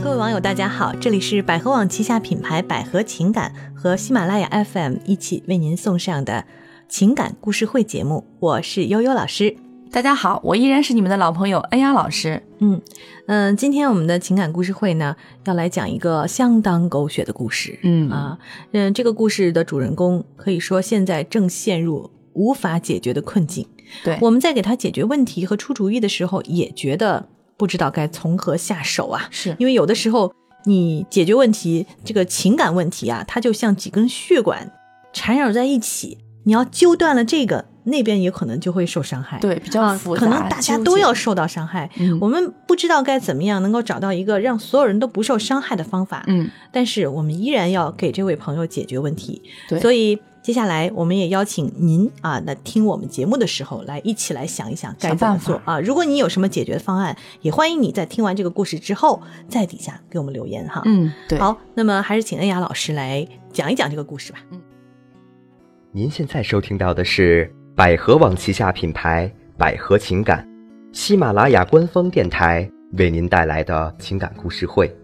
各位网友，大家好，这里是百合网旗下品牌百合情感和喜马拉雅 FM 一起为您送上的情感故事会节目，我是悠悠老师。大家好，我依然是你们的老朋友恩雅老师。嗯嗯、呃今天我们的情感故事会呢，要来讲一个相当狗血的故事。嗯啊，嗯，这个故事的主人公可以说现在正陷入无法解决的困境。对，我们在给他解决问题和出主意的时候，也觉得不知道该从何下手啊。是因为有的时候你解决问题，这个情感问题啊，它就像几根血管缠绕在一起，你要揪断了这个，那边也可能就会受伤害。对比较啊，复杂，可能大家都纠结要。受到伤害。嗯我们不知道该怎么样能够找到一个让所有人都不受伤害的方法，嗯，但是我们依然要给这位朋友解决问题。对所以接下来我们也邀请您啊，那听我们节目的时候来一起来想一想该怎想么办法做啊。如果你有什么解决方案，也欢迎你在听完这个故事之后，在底下给我们留言哈。，嗯，对，好，那么还是请恩雅老师来讲一讲这个故事吧。您现在收听到的是百合网旗下品牌百合情感，喜马拉雅官方电台为您带来的情感故事会，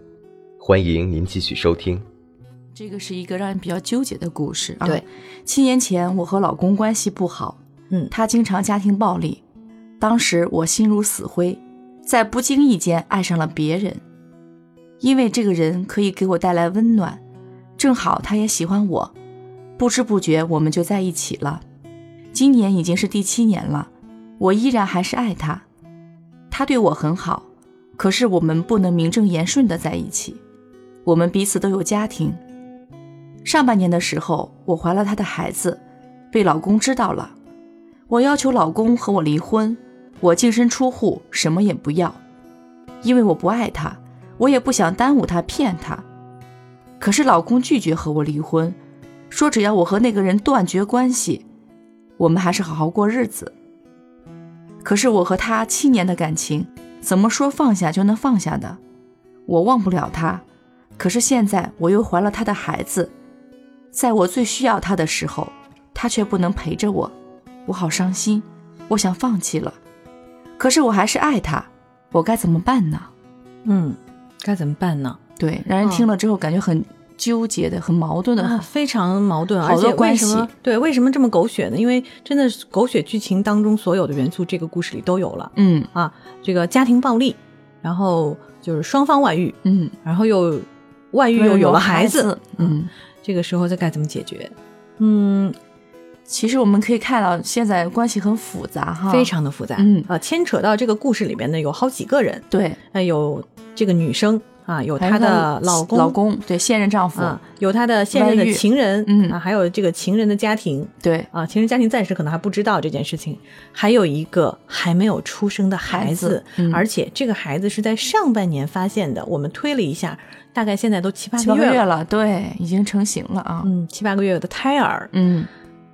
欢迎您继续收听。这个是一个让人比较纠结的故事啊。对，七年前我和老公关系不好，嗯他经常家庭暴力，当时我心如死灰，在不经意间爱上了别人，因为这个人可以给我带来温暖，正好他也喜欢我，不知不觉我们就在一起了。今年已经是第七年了，我依然还是爱他，他对我很好，可是我们不能名正言顺的在一起，我们彼此都有家庭。上半年的时候，我怀了他的孩子，被老公知道了。我要求老公和我离婚，我净身出户，什么也不要，因为我不爱他，我也不想耽误他骗他。可是老公拒绝和我离婚，说只要我和那个人断绝关系，我们还是好好过日子。可是我和他七年的感情，怎么说放下就能放下的？我忘不了他，可是现在我又怀了他的孩子，在我最需要他的时候，他却不能陪着我，我好伤心，我想放弃了，可是我还是爱他，我该怎么办呢？嗯，该怎么办呢？对，让嗯人听了之后感觉很纠结的，很矛盾的。啊，非常矛盾，好而多且为关什么系对为什么这么狗血呢？因为真的是狗血剧情当中所有的元素，这个故事里都有了嗯啊。这个家庭暴力，然后就是双方外遇，嗯，然后又外遇又有了孩子，嗯。这个时候再该怎么解决？嗯，其实我们可以看到，现在关系很复杂哈，非常的复杂，嗯啊，牵扯到这个故事里边呢，有好几个人，对。呃，有这个女生啊，有还她有的老老公，老公对现任丈夫，啊，有她的现任的外遇情人，嗯啊，还有这个情人的家庭，对啊，情人家庭暂时可能还不知道这件事情，还有一个还没有出生的孩孩子子，嗯而且这个孩子是在上半年发现的，我们推了一下，大概现在都七八七个八个月月了，了，对，已经成型了啊。嗯，七八个月的胎儿、嗯，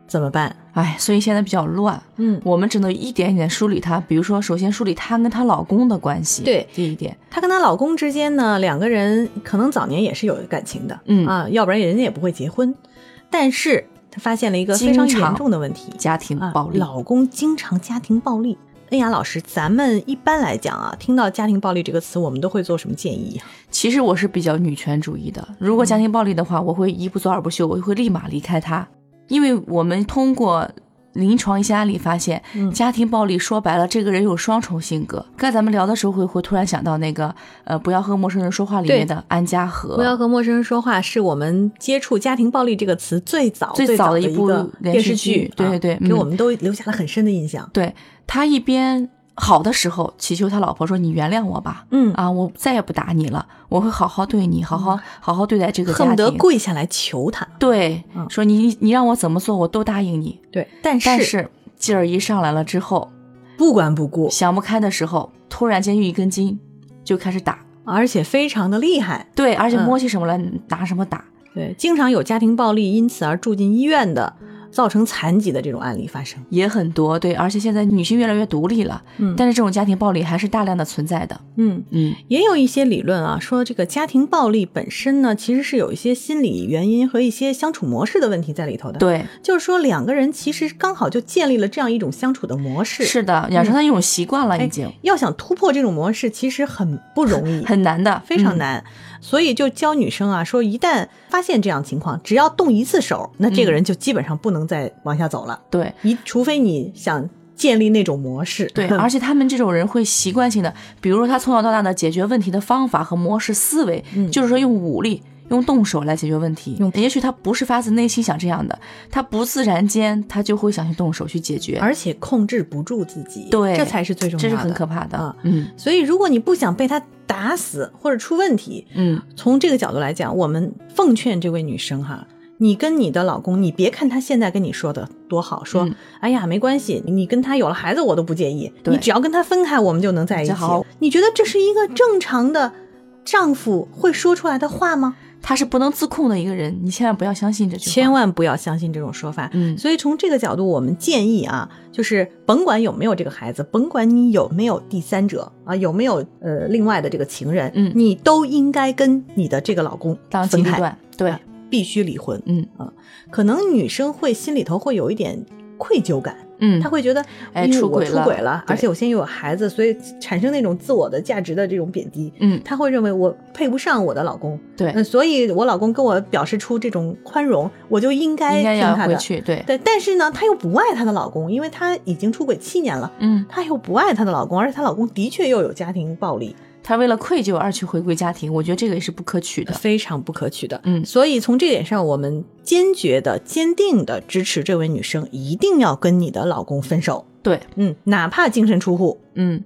怎么办？哎，所以现在比较乱，嗯，我们只能一点一点梳理她。比如说，首先梳理她跟她老公的关系，对第一点，她跟她老公之间呢，两个人可能早年也是有感情的，嗯啊，要不然人家也不会结婚，但是她发现了一个非经常常严重的问题，家庭啊暴力，老公经常家庭暴力。恩雅老师，咱们一般来讲啊，听到家庭暴力这个词，我们都会做什么建议呀、啊其实我是比较女权主义的，如果家庭暴力的话，我会一不做二不休，我会立马离开他，因为我们通过临床一些案例发现，嗯家庭暴力说白了，这个人有双重性格。刚才咱们聊的时候会会突然想到那个呃，不要和陌生人说话里面的安家和，不要和陌生人说话，是我们接触“家庭暴力”这个词最早最早早的一一部个连电续视剧对啊对对给嗯啊我们都留下了很深的印象。对他一边好的时候祈求他老婆说你原谅我吧，嗯，啊，我再也不打你了，我会好好对你，好好好好对待这个家庭，恨不得跪下来求他。对，嗯说你你你让我怎么做我都答应你，对，但但是是劲儿一上来了之后，不管不顾，想不开的时候，突然间用一根筋就开始打，而且非常的厉害。对，而且嗯摸起什么来、拿什么打，对，经常有家庭暴力因此而住进医院的，造成残疾的这种案例发生。也很多，对，而且现在女性越来越独立了，嗯但是这种家庭暴力还是大量的存在的。嗯，嗯，也有一些理论啊，说这个家庭暴力本身呢，其实是有一些心理原因和一些相处模式的问题在里头的。，对，就是说两个人其实刚好就建立了这样一种相处的模式。是的，嗯养成他一种习惯哎了，已经要想突破这种模式，其实很不容易，很难的，非常嗯。难。所以就教女生啊，说一旦发现这样情况，只要动一次手，那嗯这个人就基本上不能再往下走了。对你除非你想建立那种模式，对，而且他们这种人会习惯性的，比如说他从小到大的解决问题的方法和模式思维，嗯就是说用武力。用动手来解决问题用，也许他不是发自内心想这样的，他不自然间他就会想去动手去解决，而且控制不住自己，对这才是最重要这的，是很可怕的。啊嗯所以，如果你不想被他打死或者出问题，嗯，从这个角度来讲，我们奉劝这位女生哈，你跟你的老公，你别看他现在跟你说的多好，说、嗯哎呀没关系，你跟他有了孩子我都不介意，对你只要跟他分开，我们就能在一起就好。你觉得这是一个正常的丈夫会说出来的话吗？他是不能自控的一个人，你千万不要相信这句话。千万不要相信这种说法。嗯所以从这个角度，我们建议啊，就是甭管有没有这个孩子，甭管你有没有第三者啊，有没有呃另外的这个情人，嗯你都应该跟你的这个老公当机分立开，断，对啊，必须离婚。啊嗯可能女生会心里头会有一点愧疚感，嗯，她会觉得，哎因为出我轨出了轨了，对而且我现在又有孩子，所以产生那种自我的价值的这种贬低。嗯她会认为我配不上我的老公，对，嗯，所以我老公跟我表示出这种宽容，我就应该应该听要他回的。去，对，对，但是呢，她又不爱她的老公，因为她已经出轨七年了，嗯，她又不爱她的老公，而且她老公的确又有家庭暴力，他为了愧疚而去回归家庭，我觉得这个也是不可取的。非常不可取的。嗯所以从这点上，我们坚决的、坚定的支持这位女生一定要跟你的老公分手。对，嗯，哪怕净身出户。嗯，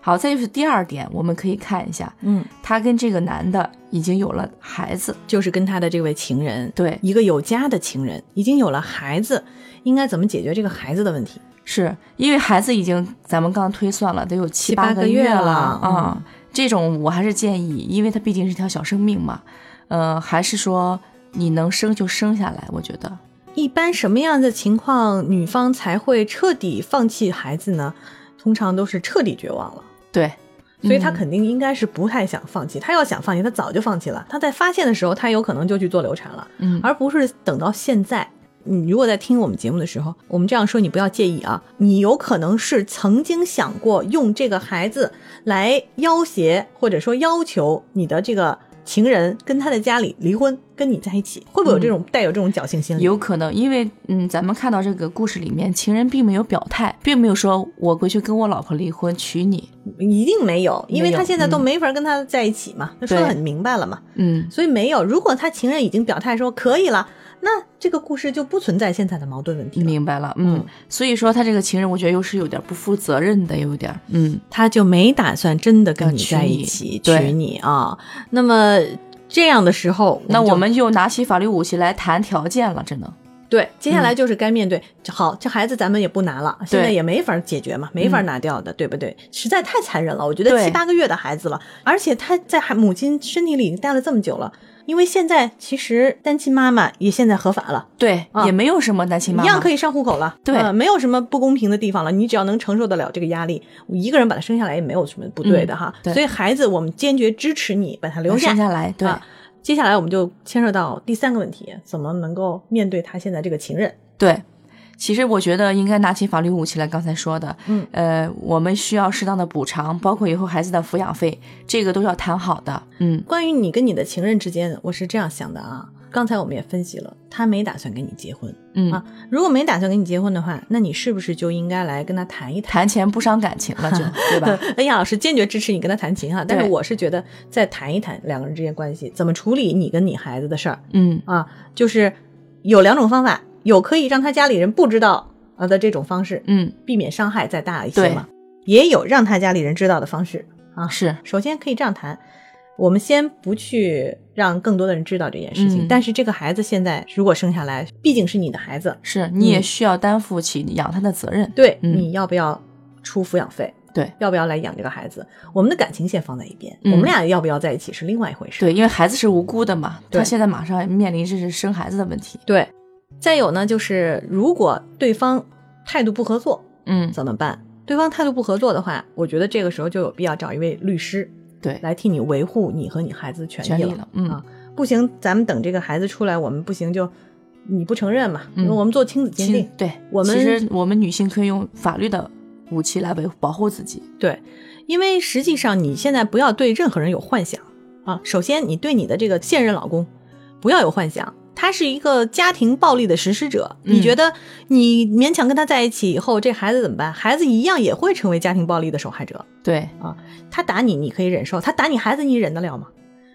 好，再就是第二点，我们可以看一下，嗯，他跟这个男的已经有了孩子，就是跟她的这位情人，对，一个有家的情人，已经有了孩子，应该怎么解决这个孩子的问题？是因为孩子已经咱们刚刚推算了得有七七八八个月月了嗯啊、这种我还是建议，因为他毕竟是条小生命嘛，呃，还是说你能生就生下来，我觉得，一般什么样的情况女方才会彻底放弃孩子呢？通常都是彻底绝望了，对，所以她嗯肯定应该是不太想放弃。她要想放弃，她早就放弃了。她在发现的时候，她有可能就去做流产了，嗯，而不是等到现在。你如果在听我们节目的时候，我们这样说你不要介意啊。你有可能是曾经想过用这个孩子来要挟或者说要求你的这个情人跟他的家里离婚，跟你在一起，会不会有这种、带有这种侥幸心理？嗯有可能，因为嗯，咱们看到这个故事里面，情人并没有表态，并没有说我回去跟我老婆离婚娶你，一定没有，因为没有他现在都嗯没法跟他在一起嘛，他说对的很明白了嘛，嗯，所以没有。如果他情人已经表态说可以了，那这个故事就不存在现在的矛盾问题了，明白了，嗯，嗯所以说他这个情人，我觉得又是有点不负责任的，有点儿，嗯，他就没打算真的跟要你娶在你一起对娶你啊。那么这样的时候，那就我们就拿起法律武器来谈条件了，只能，对接下来嗯就是该面对。好，这孩子咱们也不拿了，现在也没法解决嘛，没法拿掉的，对不对？实在太残忍了，我觉得嗯对七八个月的孩子了，而且他在孩母亲身体里已经待了这么久了。因为现在其实单亲妈妈也现在合法了，对，啊也没有什么单亲妈妈，一样可以上户口了，对呃没有什么不公平的地方了。你只要能承受得了这个压力，一个人把他生下来也没有什么不对的哈。嗯对所以孩子，我们坚决支持你把他留下生。下来，对、啊接下来我们就牵涉到第三个问题，怎么能够面对他现在这个情人？对。其实我觉得应该拿起法律武器来，刚才说的，嗯呃，我们需要适当的补偿，包括以后孩子的抚养费，这个都要谈好的，嗯，关于你跟你的情人之间，我是这样想的啊。刚才我们也分析了，他没打算跟你结婚。嗯啊如果没打算跟你结婚的话，那你是不是就应该来跟他谈一谈？谈钱不伤感情了就，对 吧？ 恩雅老师坚决支持你跟他谈情哈，啊但是对我是觉得再谈一谈两个人之间关系怎么处理你跟你孩子的事儿嗯，啊，就是有两种方法，有可以让他家里人不知道啊的这种方式，嗯，避免伤害再大一些嘛，也有让他家里人知道的方式。是首先可以这样谈，我们先不去让更多的人知道这件事情，嗯但是这个孩子现在如果生下来，毕竟是你的孩子，是，你也嗯需要担负起养他的责任。对，嗯你要不要出抚养费？对，要不要来养这个孩子？我们的感情先放在一边，嗯我们俩要不要在一起是另外一回事。对，因为孩子是无辜的嘛，对他现在马上面临这是生孩子的问题。对，再有呢，就是如果对方态度不合作嗯，怎么办？对方态度不合作的话，我觉得这个时候就有必要找一位律师对，来替你维护你和你孩子的权权益利了。了，嗯、啊不行，咱们等这个孩子出来，我们不行就你不承认嘛，嗯我们做亲子鉴定亲。对，我们其实我们女性可以用法律的武器来维护保护自己，对，因为实际上你现在不要对任何人有幻想啊。首先，你对你的这个现任老公不要有幻想，他是一个家庭暴力的实施者。嗯你觉得你勉强跟他在一起以后，这孩子怎么办？孩子一样也会成为家庭暴力的受害者。对，他打你，你可以忍受；他打你孩子，你忍得了吗？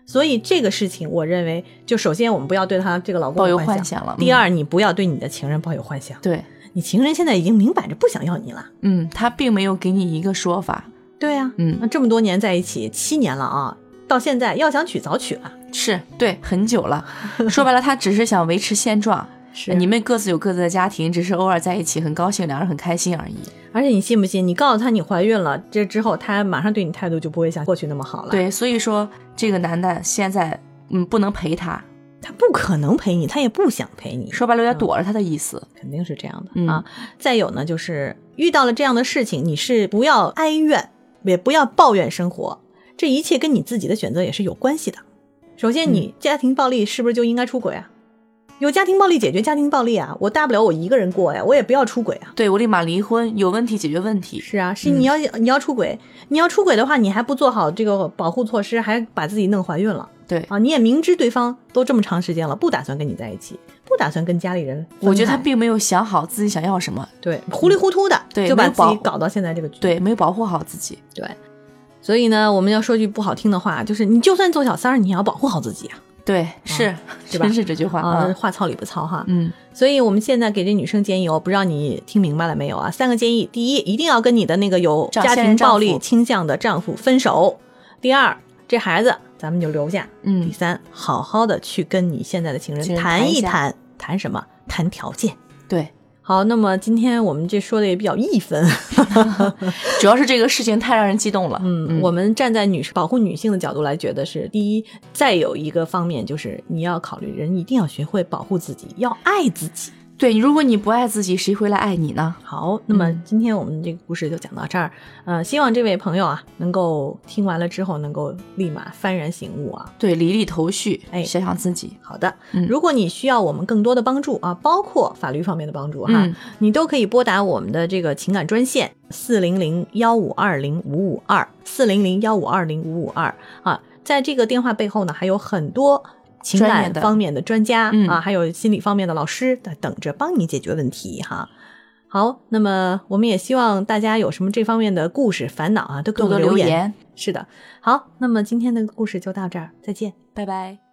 所以这个事情，我认为，就首先我们不要对他这个老公抱有幻幻想了第嗯二，你不要对你的情人抱有幻想。对，你情人现在已经明摆着不想要你了。嗯，他并没有给你一个说法，对呀、嗯，那这么多年在一起，七年了啊，到现在要想娶早娶了。是对，很久了，说白了，他只是想维持现状， 是啊你你们，们各自有各自的家庭，只是偶尔在一起很高兴，两人很开心而已。而且你信不信？你告诉他你怀孕了，这之后他马上对你态度就不会像过去那么好了。，对，所以说这个男的现在嗯不能陪他，他不可能陪你，他也不想陪你，说白了有点躲着他的意思。肯定是这样的、嗯啊。再有呢，就是遇到了这样的事情，你是不要哀怨，也不要抱怨生活，这一切跟你自己的选择也是有关系的。首嗯先，你家庭暴力是不是就应该出轨啊？有家庭暴力解决家庭暴力啊，我大不了我一个人过呀，我也不要出轨啊。对我立马离婚，有问题解决问题。是啊，是你要、你要出轨，你要出轨的话，你还不做好这个保护措施，还把自己弄怀孕了对，啊！你也明知对方都这么长时间了，不打算跟你在一起，不打算跟家里人分开，我觉得他并没有想好自己想要什么，对糊里糊涂的，嗯对就把没有自己保搞到现在这个局。对，没有保护好自己。对，所以呢，我们要说句不好听的话，就是你就算做小三儿，你也要保护好自己啊！对，是， 对吧真是这句话啊，啊。话糙理不糙哈。嗯，所以我们现在给这女生建议哦，不知道你听明白了没有啊？三个建议：第一，一定要跟你的那个有丈家现庭任丈暴力夫倾向的丈夫分手；第二，这孩子咱们就留下；嗯第三，好好的去跟你现在的情人情人谈谈一一下谈，谈什么？谈条件。对，好，那么今天我们这说的也比较一 分，主要是这个事情太让人激动了。嗯，我们站在女保护女性的角度来觉得是第一，再有一个方面就是你要考虑人一定要学会保护自己，要爱自己。对，如果你不爱自己，谁会来爱你呢？好，那么嗯今天我们这个故事就讲到这儿。呃，希望这位朋友啊，能够听完了之后能够立马幡然醒悟啊。对，理理头绪，哎想想自己。好的，嗯如果你需要我们更多的帮助啊，包括法律方面的帮助哈，嗯你都可以拨打我们的这个情感专线四零零幺五二零五五二四零零幺五二零五五二啊。在这个电话背后呢，还有很多情专业感的方面的专家嗯啊，还有心理方面的老师在等着帮你解决问题哈。好，那么我们也希望大家有什么这方面的故事、烦恼啊，都给我多多们留言。言，是的，好，那么今天的故事就到这儿，再见。拜拜。